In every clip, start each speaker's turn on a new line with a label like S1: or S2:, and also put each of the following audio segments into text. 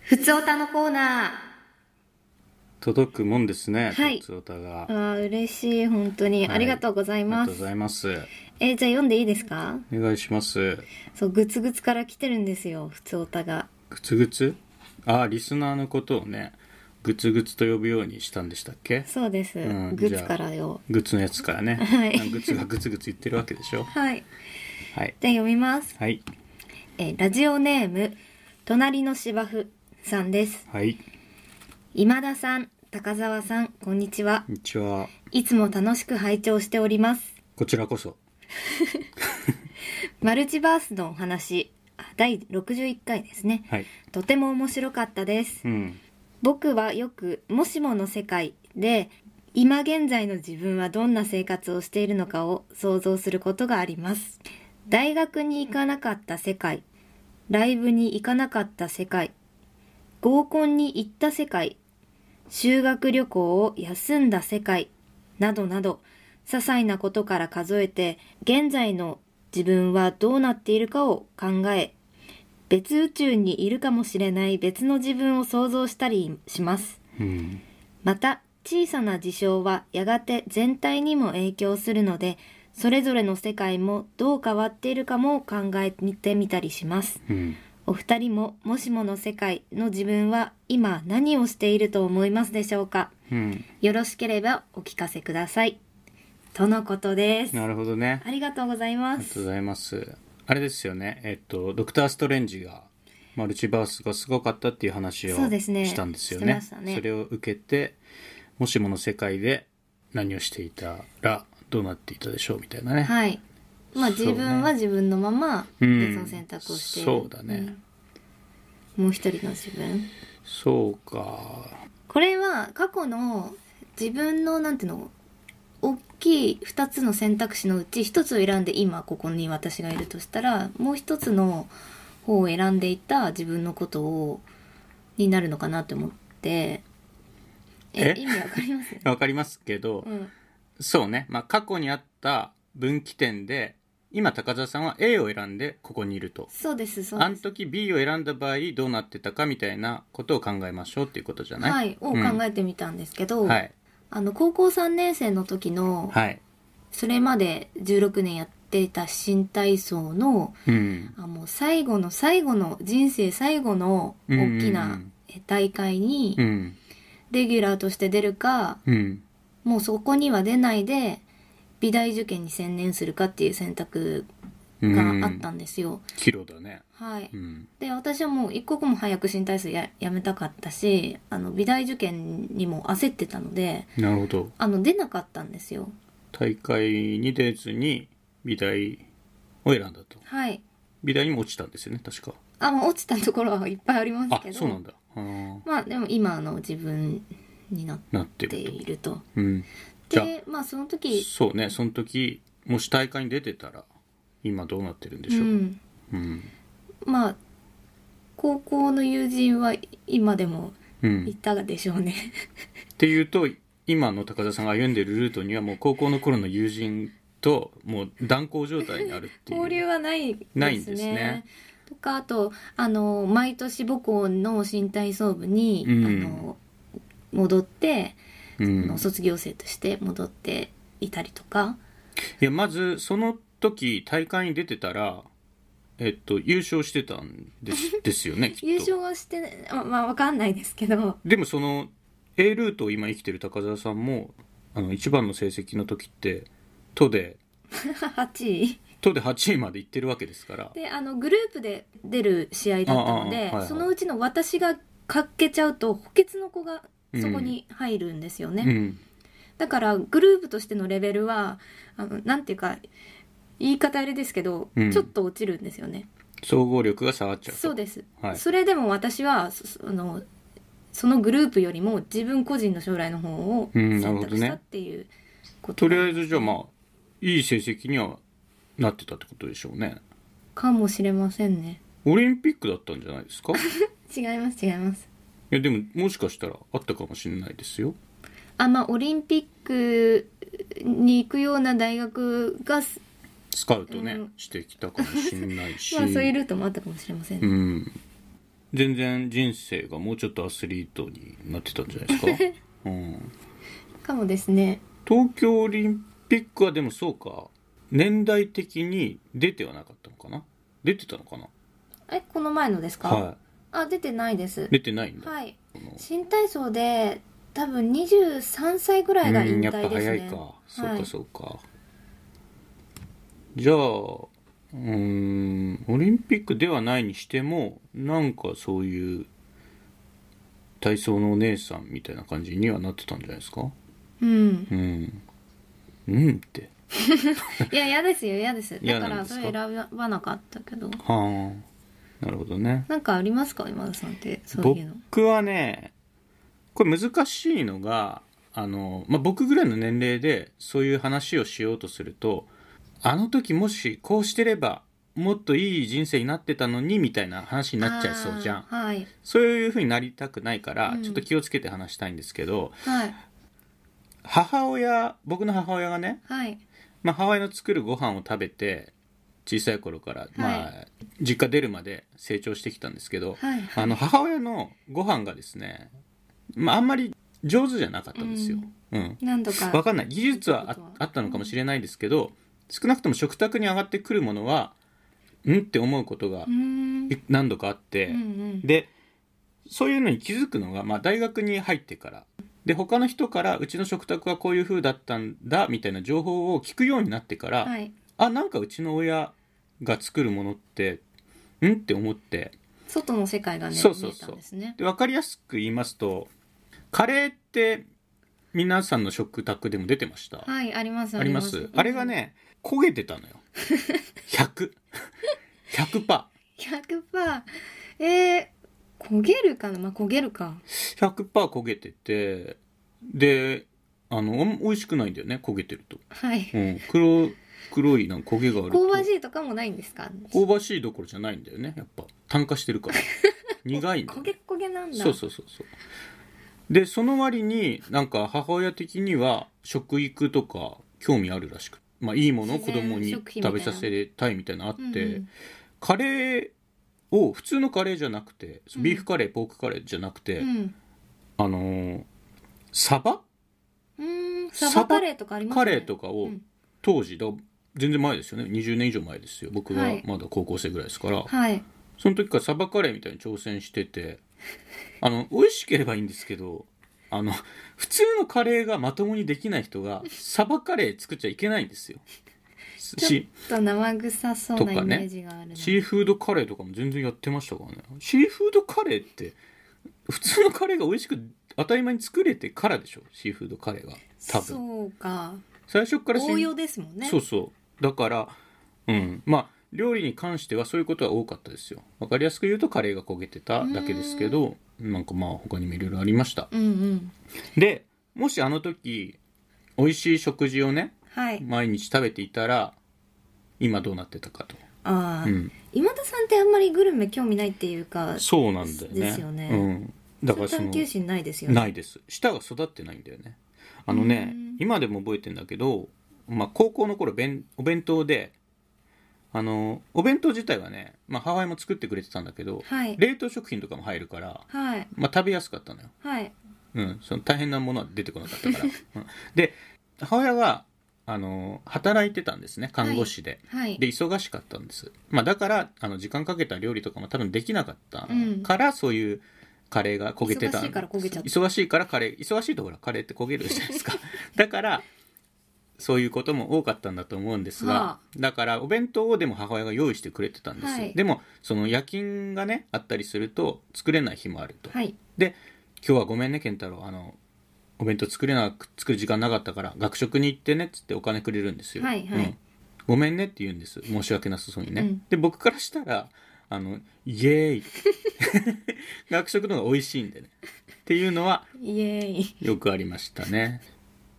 S1: ふつおたのコーナ
S2: 届くもんですね。
S1: はい
S2: つおたが。
S1: ー。ああ、嬉しい、本当に。
S2: はい
S1: ありがとうござい
S2: ありが
S1: ま
S2: とう
S1: す。
S2: ございます。
S1: えーじゃあ読んでいいですか
S2: お願いします。
S1: そう、グツグツから来てるんですよ、ふつおたが。
S2: グツグツあー、リスナーのことをね、グツグツと呼ぶようにしたんでしたっけ
S1: そうです。
S2: うん
S1: グツからよ。
S2: グッズのやつからね。
S1: はい
S2: あグッズがグツグツ言ってるわけでしょ。
S1: はい。
S2: はい。
S1: じゃあ読みます。
S2: はい。
S1: えーラジオネーム、隣の芝生さんです。
S2: はい。
S1: 今田さん、高澤さん、こんにちは
S2: こ。んにちは。
S1: いつも楽しく拝聴しております。
S2: こちらこそ。
S1: マルチバースのお話、あ第61回ですね。
S2: はい。
S1: とても面白かったです。
S2: うん。
S1: 僕はよく、もしもの世界で、今現在の自分はどんな生活をしているのかを想像することがあります。大学に行かなかった世界、ライブに行かなかった世界、合コンに行った世界、修学旅行を休んだ世界、などなど、些細なことから数えて、現在の自分はどうなっているかを考え、別宇宙にいるかもしれない別の自分を想像したりします。
S2: うん。
S1: また、小さな事象はやがて全体にも影響するので、それぞれの世界もどう変わっているかも考えてみたりします。
S2: うん。
S1: お二人ももしもの世界の自分は今何をしていると思いますでしょうか
S2: うん。
S1: よろしければお聞かせください。とのことです。
S2: なるほどね。
S1: ありがとうございま
S2: ありがとう
S1: す。
S2: ございます。あれですよね。えっと、ドクター・ストレンジが、マルチバースがすごかったっていう話を
S1: そうですね
S2: したんですよ
S1: して
S2: ね。
S1: ましたね
S2: それを受けて、もしもの世界で何をしていたら、どうなっていたでしょうみたいなね。
S1: はい。まあ
S2: そ
S1: 自
S2: うね
S1: 分は自分のまま
S2: うん
S1: 別の選択をしている。
S2: そうだね。
S1: うんもう一人の自分。
S2: そうか。
S1: これは過去の自分のなんていうの大きい2つの選択肢のうち1つを選んで今ここに私がいるとしたらもう1つの方を選んでいた自分のことをになるのかなって思ってえ
S2: え
S1: 意味わかり ます
S2: わかりますけど、
S1: うん、
S2: そうね。まあ、過去にあった分岐点で、今、高澤さんは A を選んで、ここにいると。
S1: そうですそう
S2: あの
S1: です
S2: 時 B を選んだ場合、どうなってたかみたいなことを考えましょうっていうことじゃない
S1: はいを
S2: うん
S1: 考えてみたんですけど、
S2: はい。
S1: あの高校3年生の時の、
S2: はい。
S1: それまで16年やっていた新体操の
S2: うん。
S1: あもう最後の最後の人生最後の大き
S2: うんうんう
S1: なんえ大会に
S2: うん。
S1: レギュラーとして出るか、
S2: うん。
S1: もうそこには出ないで美大受験に専念するかっていう選択
S2: うん
S1: があったんですよ。
S2: 岐路だね。
S1: はい。
S2: うん。
S1: で、私はもう一刻も早く新体操ややめたかったし、あの美大受験にも焦ってたので、
S2: なるほど。
S1: あの出なかったんですよ。
S2: 大会に出ずに、美大を選んだと。
S1: はい。
S2: 美大にも落ちたんですよね、確か。
S1: あ、もう落ちたところはいっぱいあります
S2: あ
S1: け、ど。
S2: そうなんだ。あー
S1: まあでも今の自分になっ
S2: なって
S1: て
S2: ると。
S1: いると。
S2: うん。じゃあ、
S1: で、まあその時、
S2: そうね、その時、もし大会に出てたら、今どうなってるんで
S1: う
S2: しょう。うん。
S1: ん、まあ高校の友人は今でも
S2: うん。
S1: いたでしょうね。
S2: っていうと今の高田さんが歩んでるルートにはもう高校の頃の友人ともう断交状態にあるっていう
S1: 交流はないですね。
S2: ないんですね
S1: とかあとあの毎年母校の新体操部に、
S2: うん
S1: あの戻って、
S2: う
S1: あの
S2: ん、
S1: 卒業生として戻っていたりとか。
S2: いやまずその時大会に出てたらえっと優勝してたんです ですよねきっと
S1: 優勝はしてあまあわかんないですけど
S2: でもその A ルートを今生きてる高澤さんもあの一番の成績の時って都で
S1: 8位
S2: 都で8位まで行ってるわけですから
S1: であのグループで出る試合だったので、
S2: ああああはいはい
S1: そのうちの私がかけちゃうと補欠の子がそこに入るんですよね、
S2: うん
S1: だからグループとしてのレベルはあのなんていうか言い方あれですけど、
S2: うん
S1: ちょっと落ちるんですよね
S2: 総合力が下がっちゃうと
S1: そうです、
S2: はい
S1: それでも私はそそあのそのグループよりも自分個人の将来の方を
S2: う
S1: 選
S2: んなるほど
S1: 択
S2: ね
S1: したっていうこと
S2: と
S1: な
S2: り
S1: の
S2: あえずじゃあまあいい成績にはなってたってことでしょうね
S1: かもしれませんね
S2: オリンピックだったんじゃないですか い
S1: 違います違います
S2: やでももしかしたらあったかもしれないですよ
S1: あまあオリンピックに行くような大学がす、
S2: スカウトね、
S1: うん
S2: してきたかもしれない し
S1: まあ、そういうルートもあったかもしれません、
S2: うん全然人生がもうちょっとアスリートになってたんじゃないですか、 うん、
S1: かもですね
S2: 東京オリンピックはでもそうか年代的に出てはなかったのかな出てたのかな
S1: えこの前のですか、
S2: は
S1: あ出てないです
S2: い出てないんだ、
S1: はい
S2: この
S1: 新体操で多分23歳ぐらいが
S2: う
S1: 引
S2: んやっぱ
S1: 退です
S2: 早い
S1: ね
S2: か、そう
S1: はい
S2: かそうかじゃあうーんオリンピックではないにしてもなんかそういう体操のお姉さんみたいな感じにはなってたんじゃないですか
S1: うん
S2: うんうんって
S1: いや嫌ですよ嫌ですだ
S2: 嫌
S1: か
S2: なん
S1: ら
S2: です
S1: そ
S2: か
S1: れ選ばなかったけど
S2: はあなるほどね
S1: なんかありますか今田さんってそういうの
S2: 僕はねこれ難しいのがあの、まあ、僕ぐらいの年齢でそういう話をしようとするとあの時もしこうしてればもっといい人生になってたのにみたいな話になっちゃいそうじゃん
S1: あーはい
S2: そういうふうになりたくないから、
S1: うん
S2: ちょっと気をつけて話したいんですけど
S1: はい
S2: 母親僕の母親がね、
S1: はい
S2: まあ、母親の作るご飯を食べて小さい頃から、まあ、実家出るまで成長してきたんですけど、
S1: はい
S2: あの母親のご飯がですね、まあ、あんまり上手じゃなかったんですよ。うん
S1: 何度か
S2: わかんない技術は
S1: そういうこ
S2: あ
S1: と
S2: あったのかもしれないですけど、少なくとも食卓に上がってくるものはんって思うことが
S1: うーん
S2: い何度かあって、
S1: うんうん
S2: でそういうのに気づくのが、まあ、大学に入ってからで他の人からうちの食卓はこういう風だったんだみたいな情報を聞くようになってから、
S1: はい
S2: あなんかうちの親が作るものってんって思って
S1: 外の世界がね
S2: そうそ
S1: 見
S2: う
S1: え
S2: そう
S1: たんですね
S2: で分かりやすく言いますとカレーって皆さんの食卓でも出てました、
S1: はいあります
S2: ありますあれがね焦げてた のよ100 100パ
S1: 100%えー、焦げるかなまあ焦げるか
S2: ー100パー焦げててであのお美味しくないんだよね焦げてると、
S1: はい
S2: うん、黒黒いなんか焦げがあると
S1: 香ばしいとかもないんですか
S2: 香ばしいどころじゃないんだよねやっぱ炭化してるから苦いんだよ
S1: 焦げ焦げなんだ
S2: そうそうそうそうでその割になんか母親的には食育とか興味あるらしくまあいいものを子供に
S1: 自然食品みたい
S2: 食
S1: な
S2: べさせたいみたいなのあって、
S1: うんうん
S2: カレーを普通のカレーじゃなくて
S1: うん
S2: ビーフカレー、ポークカレーじゃなくて、
S1: うん
S2: あのーサバ
S1: うーんサバカレーとかありますね
S2: カレーとかを
S1: うん
S2: 当時だ全然前ですよね20年以上前ですよ僕
S1: は
S2: が
S1: い
S2: まだ高校生ぐらいですから、
S1: はい
S2: その時からサバカレーみたいに挑戦してて、あの、美味しければいいんですけど、あの、普通のカレーがまともにできない人が、サバカレー作っちゃいけないんですよ。し、
S1: ちょっと生臭そうなイメージがあるな
S2: シーフードカレーとかも全然やってましたからね。シーフードカレーって、普通のカレーが美味しく当たり前に作れてからでしょ、シーフードカレーが。多分。
S1: そうか
S2: 最初からシー
S1: 応用ですもんね
S2: そうそうだからうんまあ料理に関してはそういうことは多かったですよわかりやすく言うとカレーが焦げてただけですけどなんかまあ他にもいろいろありました
S1: うんうん
S2: でもしあの時美味しい食事をね
S1: はい
S2: 毎日食べていたら今どうなってたかと、
S1: ああ、
S2: うん、
S1: 今田さんってあんまりグルメ興味ないっていうか
S2: そうなんだよね
S1: ですよね
S2: うん、だからその
S1: 探求心ないですよね
S2: ないです舌が育ってないんだよねあのね
S1: うん
S2: 今でも覚えてんだけど、まあ、高校の頃弁お弁当であのお弁当自体はね、まあ、母親も作ってくれてたんだけど、
S1: はい
S2: 冷凍食品とかも入るから、
S1: はい
S2: まあ、食べやすかったのよ、
S1: はい
S2: うん、その大変なものは出てこなかっ たから、うんで母親はあの働いてたんですね看護師で、
S1: はい
S2: で忙しかったんです、まあ、だからあの時間かけた料理とかも多分できなかった
S1: うん
S2: から、そういうカレーが焦げてた
S1: 忙しいから焦げちゃった
S2: 忙しいからカレー忙しいとほらカレーって焦げるじゃないで すかだからそういうことも多かったんだと思うんですが、
S1: はあ
S2: だからお弁当をでも母親が用意してくれてたんです、
S1: はい
S2: でもその夜勤がねあったりすると作れない日もあると、
S1: はい
S2: で今日はごめんね健太郎あのお弁当作れなく作る時間なかったから学食に行ってねっつってお金くれるんですよ、
S1: はいはい
S2: うんごめんねって言うんです申し訳なさそうにね、
S1: うん
S2: で僕からしたらあのイエー イ学食の方が美味しいんでねっていうのは
S1: イエーイ
S2: よくありましたねっ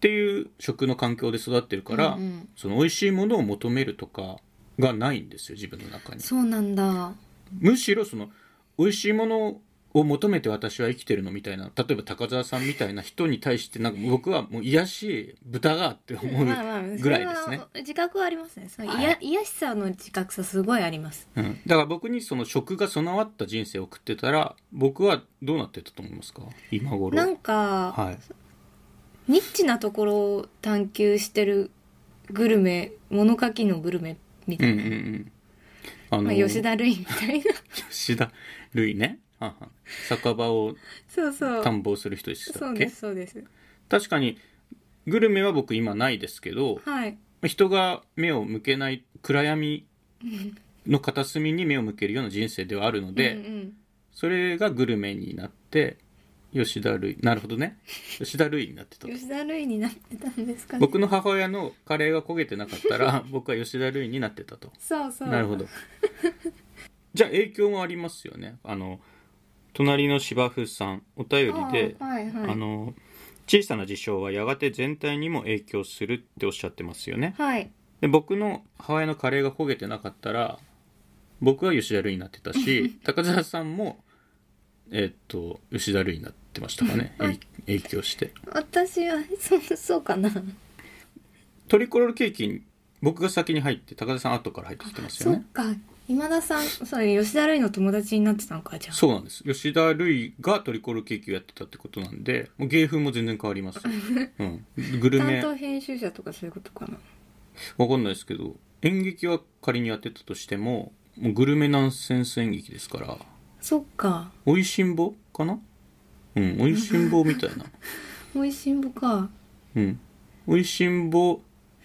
S2: ていう食の環境で育ってるから、
S1: うんうん
S2: その美味しいものを求めるとかがないんですよ自分の中に
S1: そうなんだ
S2: むしろその美味しいものを求めて私は生きてるのみたいな例えば高澤さんみたいな人に対してなんか僕はもう癒やし豚がって思う
S1: まあまあ
S2: ぐらいです
S1: そ
S2: ね、
S1: れは自覚はありますねそう、
S2: はい
S1: いや癒しさの自覚さすごいあります
S2: うん、だから僕にその食が備わった人生を送ってたら僕はどうなってたと思いますか今頃
S1: なんか、
S2: はい、
S1: ニッチなところを探求してるグルメ物書きのグルメみ
S2: う
S1: た
S2: ん
S1: い
S2: うん
S1: な、
S2: うんあの
S1: まあ、吉田類みた いな
S2: 吉田類ねはんはん酒場を
S1: そうそう
S2: 探訪する人でした
S1: そ
S2: っ
S1: う
S2: け
S1: ですそうです
S2: 確かにグルメは僕今ないですけど
S1: はい
S2: 人が目を向けない暗闇の片隅に目を向けるような人生ではあるので、
S1: うんうん
S2: それがグルメになって吉田類なるほどね吉田類になってたと
S1: 吉田類になってたんですかね
S2: 僕の母親のカレーが焦げてなかった ら僕は吉田類になってたと
S1: そうそう
S2: なるほどじゃあ影響もありますよねあの隣の芝生さんお便りで
S1: あ,、はいはい、
S2: あの小さな事象はやがて全体にも影響するっておっしゃってますよね
S1: はい
S2: で僕の母親のカレーが焦げてなかったら僕は吉田類になってた し高澤さんもえっと吉田類になってましたかね、
S1: はい
S2: 影響して
S1: 私はそそうかな
S2: トリコロールケーキに僕が先に入って高田さん後から入ってきてます
S1: そ
S2: よ
S1: っ
S2: ね
S1: か今田さんそう吉田類の友達になってたのかじゃあ
S2: そうなんです吉田類がトリコロールケーキをやってたってことなんでもう芸風も全然変わ りますよ、うん、グル
S1: 担
S2: メ
S1: 当編集者とかそういうことかな
S2: わかんないですけど演劇は仮にやってたとしてももうグルメナンセンス演劇ですから
S1: そっか
S2: 「おいしんぼ」かなうん「おいしんぼ」みたい な
S1: 美味しんぼか
S2: 「うん、おいしんぼ」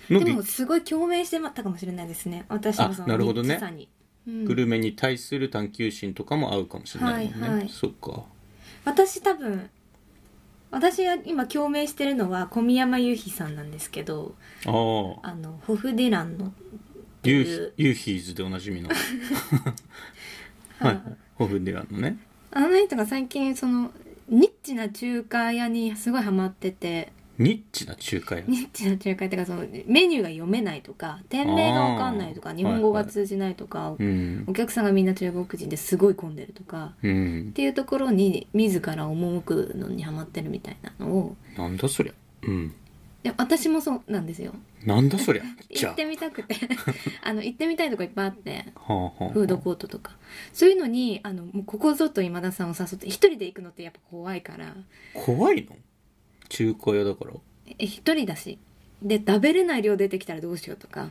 S2: の
S1: で
S2: 劇
S1: もすごい共鳴してまったかもしれないですね私もその
S2: あなるほどね
S1: ニッチさに、うん
S2: グルメに対する探求心とかも合うかもしれないもんね、
S1: はいはい
S2: そっか
S1: 私多分私が今共鳴してるのは小宮山雄飛さんなんですけど
S2: ああ
S1: あのホフディランの
S2: ユ
S1: いう
S2: ーユーヒーズでおなじみのはいはいホフディランのね
S1: あの人が最近そのニッチな中華屋にすごいハマってて
S2: ニッチな中華屋
S1: ニッチな中華屋っていうかそのメニューが読めないとか店名が分かんないと
S2: あ
S1: か
S2: ー
S1: 日本語が通じないとか、
S2: うん
S1: お客さんがみんな中国人ですごい混んでるとか
S2: うん
S1: っていうところに自ら赴くのにハマってるみたいなのを
S2: なんだそりゃうん
S1: で私もそうなんですよ
S2: なんだそりゃじ
S1: 行
S2: ゃ
S1: ってみたく てあの行ってみたいとこいっぱいあって
S2: あはあはあ
S1: フードコートとかそういうのにあのもうここぞと今田さんを誘って一人で行くのってやっぱ怖いから
S2: 怖いの中華屋だからあ
S1: え一人だしで食べれない量出てきたらどうしようとか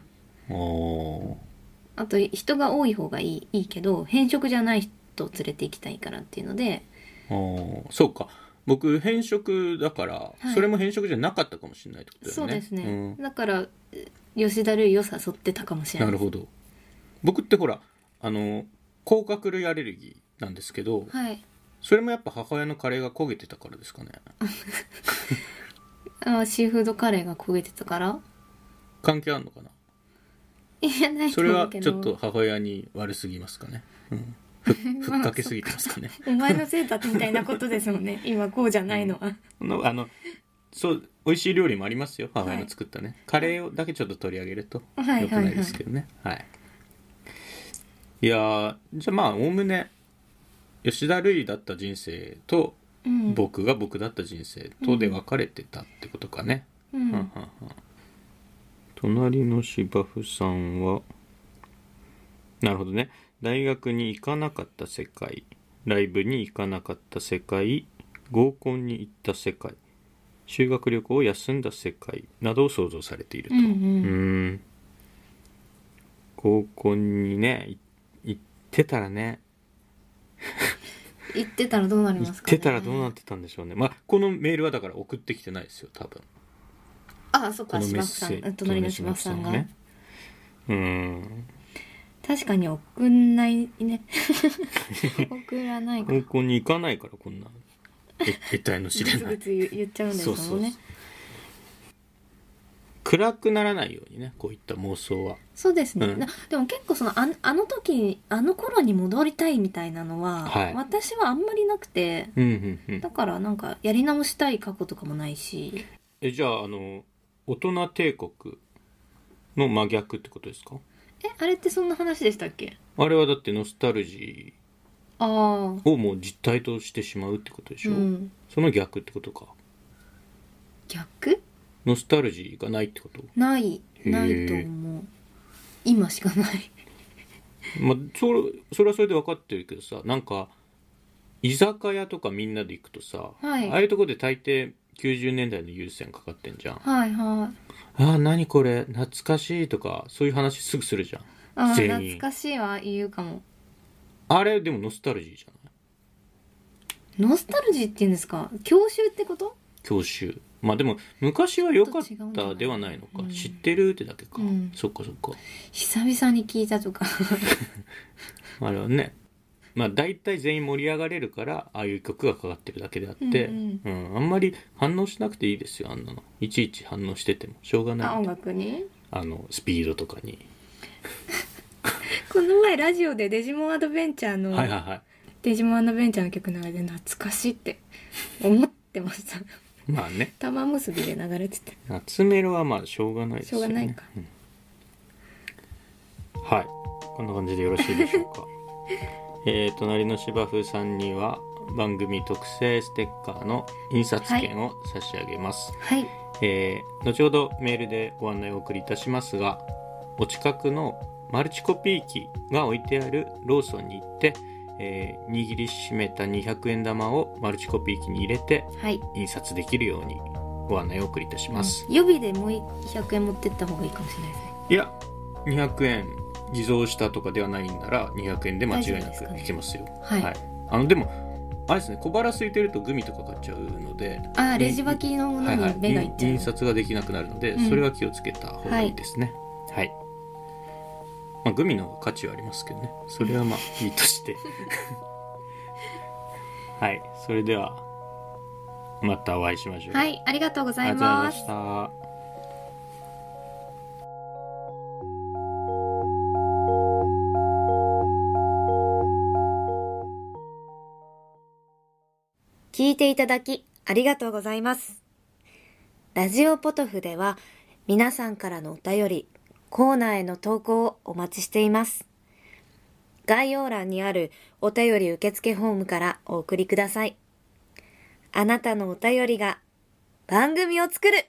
S2: あ
S1: あと人が多い方がいいいいけど偏食じゃない人を連れて行きたいからっていうので
S2: ああそうか僕偏食だから、
S1: い
S2: それも偏食じゃなかったかもしれないってことだ
S1: そ
S2: よ
S1: うで
S2: ね
S1: すね、だからえ吉田類を誘ってたかもし
S2: う
S1: れ
S2: ん、
S1: な
S2: ないる
S1: です
S2: ほど僕ってほらあの甲殻類アレルギーなんですけど、
S1: はい
S2: それもやっぱ母親のカレーが焦げてたからですかね
S1: あシーフードカレーが焦げてたから
S2: 関係あんのかない
S1: やないと
S2: そ
S1: 思
S2: れ
S1: う
S2: は
S1: けど
S2: ちょっと母親に悪すぎますかね、うん、 ふふっかけすぎてますかね
S1: お前のせいだってみたいなことですもん ね今こうじゃないのは、
S2: のあのそう美味しい料理もありますよ母親の作ったね、カレーだけちょっと取り上げると
S1: はいは
S2: 良
S1: い
S2: くないですけどねはい、いやーじゃあまあおおむね吉田類だった人生と
S1: うん
S2: 僕が僕だった人生とで分かれてたってことかね、
S1: う
S2: うんうん
S1: ん、
S2: うん隣の芝生さんはなるほどね大学に行かなかった世界ライブに行かなかった世界合コンに行った世界修学旅行を休んだ世界などを想像されていると、
S1: うん
S2: う
S1: うん
S2: ーん合コンにねい行ってたらね
S1: 行ってたらどうなり
S2: 行
S1: ま
S2: っ
S1: すか、ね、
S2: てたらどうなってたんでしょうねまあこのメールはだから送ってきてないですよ多分
S1: あそっ
S2: こ
S1: か
S2: の
S1: 柴
S2: メッ
S1: 田さ
S2: セー
S1: ん
S2: ジ
S1: 隣の柴田さんが、
S2: ねうーん
S1: 確かに送んない ね送らないから
S2: 高校に行かないからこんなえ 得体の知
S1: ぐ
S2: れ
S1: つ
S2: な
S1: ぐ
S2: い
S1: つ言っちゃうんです
S2: そ
S1: も
S2: うそ
S1: ん
S2: うそう
S1: ね
S2: 暗くならないようにねこういった妄想は
S1: そうですね、
S2: うん
S1: なでも結構そのああの時あの頃に戻りたいみたいなのは、
S2: はい
S1: 私はあんまりなくて
S2: うんうんうん
S1: だからなんかやり直したい過去とかもないし
S2: えじゃああの大人帝国の真逆ってことですか
S1: えあれってそんな話でしたっけ
S2: あれはだってノスタルジ
S1: あ
S2: をもう実体としてしまうってことでし
S1: あう
S2: ょ、
S1: ん
S2: その逆ってことか
S1: 逆
S2: ノスタルジーがないってこと
S1: ない
S2: へー
S1: ないと思う今しかない
S2: まあそれそれはそれで分かってるけどさなんか居酒屋とかみんなで行くとさ、
S1: はい
S2: ああいうとこで大抵90年代の優先かかってんじゃん
S1: はいはい
S2: ああ何これ懐かしいとかそういう話すぐするじゃん
S1: ああ
S2: 全員
S1: 懐かしいは言うかも
S2: あれでもノスタルジーじゃない
S1: ノスタルジーって言うんですか郷愁ってこと
S2: 教習まあでも昔は良かっ
S1: ちょっと違うんじゃな
S2: た
S1: い
S2: ではないのか、
S1: うん
S2: 知ってるってだけか、
S1: うん
S2: そっかそっか
S1: 久々に聞いたとか
S2: あれはねまあ大体全員盛り上がれるからああいう曲がかかってるだけであって、
S1: うん
S2: うんあんまり反応しなくていいですよあんなのいちいち反応しててもしょうがな い
S1: あ音楽に
S2: あのスピードとかに、
S1: この前ラジオでデジモンアドベンチャーの、
S2: はいはいはい
S1: デジモンアドベンチャーの曲流れて懐かしいって思ってました
S2: まあね
S1: 玉結びで流れてて
S2: 夏メロはまあしょうがないですよね
S1: しょうがないか
S2: うんはいこんな感じでよろしいでしょうか えー、隣の芝生さんには番組特製ステッカーの印刷券を差し上げます、
S1: はい
S2: えー後ほどメールでご案内をお送りいたしますがお近くのマルチコピー機が置いてあるローソンに行って、えー握りしめた200円玉をマルチコピー機に入れて
S1: はい
S2: 印刷できるようにご案内をお送りいたします、
S1: 予備でもう100円持ってった方がいいかもしれないですね
S2: いや200円偽造したとかではないんなら200円で間違
S1: 大
S2: い
S1: 丈夫
S2: な
S1: ですか
S2: く
S1: ね
S2: いけますよ
S1: はい
S2: あのでもあれですね小腹空いてるとグミとか買っちゃうので
S1: ああレジ履きのもの
S2: はいは
S1: に
S2: い
S1: 目がいっちゃう、
S2: 印刷ができなくなるので、
S1: うん
S2: それは気をつけた方がいいですねはい、まあグミの方が価値はありますけどねそれはまあいいとして はいそれではまたお会いしましょう
S1: はいありがとうござ
S2: あ
S1: い
S2: りがとうござい
S1: ま
S2: ますした
S1: 聞いていただきありがとうございます。ラジオポトフでは皆さんからのお便り、コーナーへの投稿をお待ちしています。概要欄にあるお便り受付フォームからお送りください。あなたのお便りが番組を作る